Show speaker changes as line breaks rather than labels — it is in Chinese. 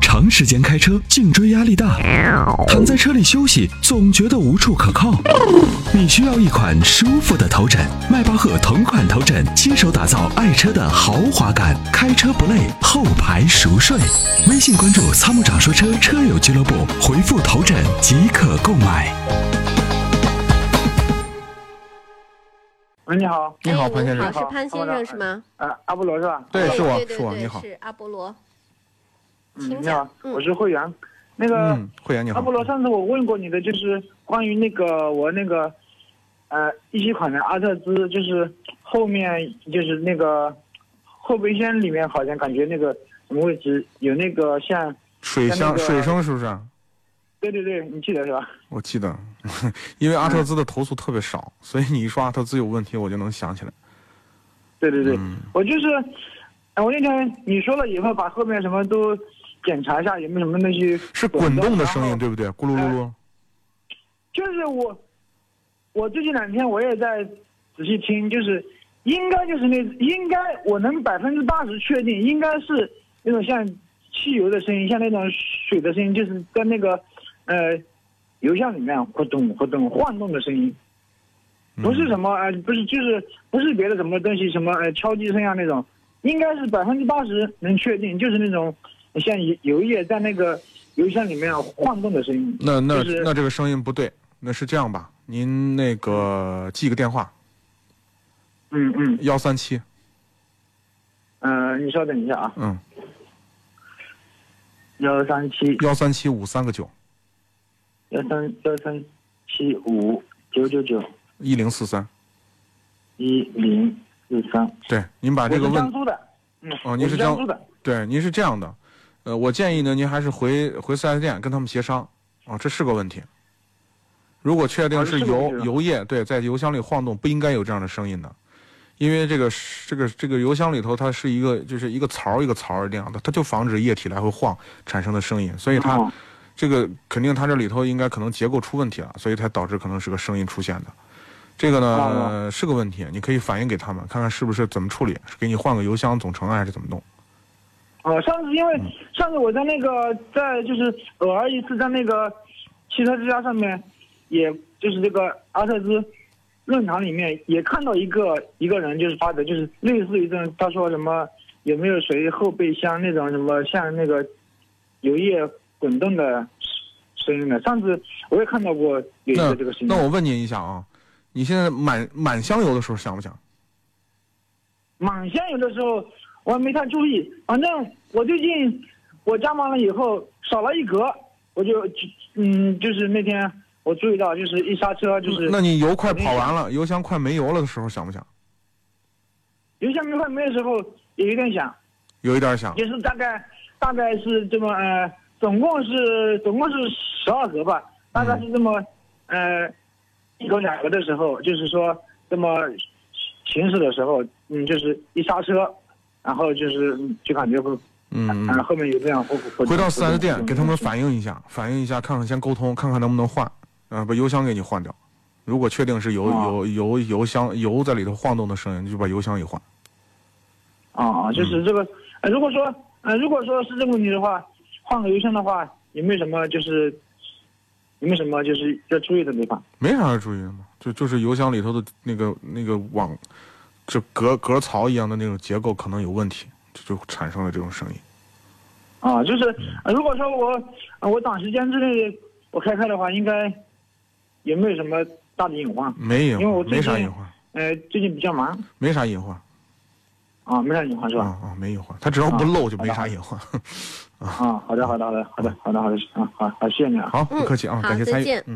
长时间开车，颈椎压力大，躺在车里休息总觉得无处可靠。你需要一款舒服的头枕，迈巴赫同款头枕，亲手打造爱车的豪华感，开车不累，后排熟睡。微信关注“参谋长说车”车友俱乐部，回复“头枕”即可购买。
喂，你好，
你好
哎
潘先生
好，是潘先生是吗？
呃，阿波罗是吧？
对，
哎
是我
对，对
是我，
对
你好，
是阿波罗，
嗯，
请
你好
讲，嗯
我是会员。那个
嗯，会员你
阿
好
波，罗，上次我问过你的，就是关于那个我那个，呃，一七款的阿特兹，就是后面就是那个后备箱里面好像感觉那个什么位置有那个像，
水
像那
箱
个
水声是不是？
对对对，你记得是吧？
我记得， 因为阿特兹的投诉特别少，
嗯
所以你一说阿特兹有问题，我就能想起来。
对对对，
嗯
我就是，哎我那天你说了以后，把后面什么都检查一下，有没有什么东西
是滚动的声
然后哎
音，对不对？咕噜噜噜。
就是我，我最近两天我也在仔细听，就是应该就是那应该我能百分之八十确定，应该是那种像汽油的声音，像那种水的声音，就是跟那个呃油箱里面活动活动晃动的声音，
嗯
不是什么呃不是就是不是别的什么东西什么呃敲击声啊那种，应该是百分之八十能确定，就是那种像油油液在那个油箱里面晃动的声音。
那那
就是
那这个声音不对，那是这样吧？您那个记个电话，
嗯嗯
幺三七，
嗯、呃，你稍等一下啊。
嗯，
幺三七
幺三七五三个九
幺三幺三七五九九九
一零四三。
一零四三。
对，您把
我
啊这个
是江
问，
苏的，嗯，
哦您
我
是
是
江
江苏的，
对，您是这样的，呃，我建议呢，您还是回回四 S 店跟他们协商啊、这是个问题。如果确定
啊
是
这是个
油
问题啊
油液，对，在油箱里晃动，不应该有这样的声音的，因为这个是这个这个油箱里头它是一个就是一个槽儿一个槽儿这样的，它就防止液体来回晃产生的声音，所以它、
哦
这个肯定它这里头应该可能结构出问题了，所以才导致可能是个声音出现的。这个呢、
哦
是个问题，你可以反映给他们，看看是不是怎么处理，是给你换个油箱总成啊，还是怎么弄？
哦，上次因
嗯
为上次我在那个在就是偶尔一次在那个汽车之家上面，也就是这个阿特兹论坛里面也看到一个一个人就是发的，就是类似于这种，他说什么有没有谁后备箱那种什么像那个油液滚动的声音的。上次我也看到过有一
那
个这个声音。
那我问您一下啊，你现在满满箱油的时候响不响？
满箱油的时候我还没太注意，反正我最近我加满了以后少了一格，我就嗯，就是那天我注意到，就是一刹车就是
嗯那你油快跑完了，油箱快没油了的时候响不响？
油箱没快没的时候也有点响，
有一点响。
也是大概大概是这么呃，总共是总共是十二格吧，大概是这么呃一格两格的时候，就是说这么行驶的时候，嗯，就是一刹车，然后就是嗯就感觉会
嗯，
嗯，后面有这样回
回到四 S 店给他们反映一下，反映一下，看看先沟通，看看能不能换，啊，把油箱给你换掉。如果确定是油、
哦
油油油箱油在里头晃动的声音，你就把油箱也换。
啊，就是
嗯
这个。呃如果说呃，如果说是这个问题的话，换个邮箱的话，有没有什么就是有没有什么就是要注意的地方？
没啥要注意的嘛，就就是油箱里头的那个那个网，就隔隔槽一样的那种结构可能有问题，就就产生了这种声音。
啊，就是呃如果说我呃我短时间之内我开开的话，应该也没有什么大的隐患。
没
因为
隐
我
患，
最
没啥
近
隐患，
呃，最近比较忙
没啥隐患。
啊，没啥隐患是吧？
啊啊，没隐患，他只要不
啊
漏就没啥隐患。嗯
啊，好的，好的，好的，好的，好的，好的，啊，好，好，谢谢你啊。
好，不客气啊，
嗯好
感谢
再
参与
见，
嗯。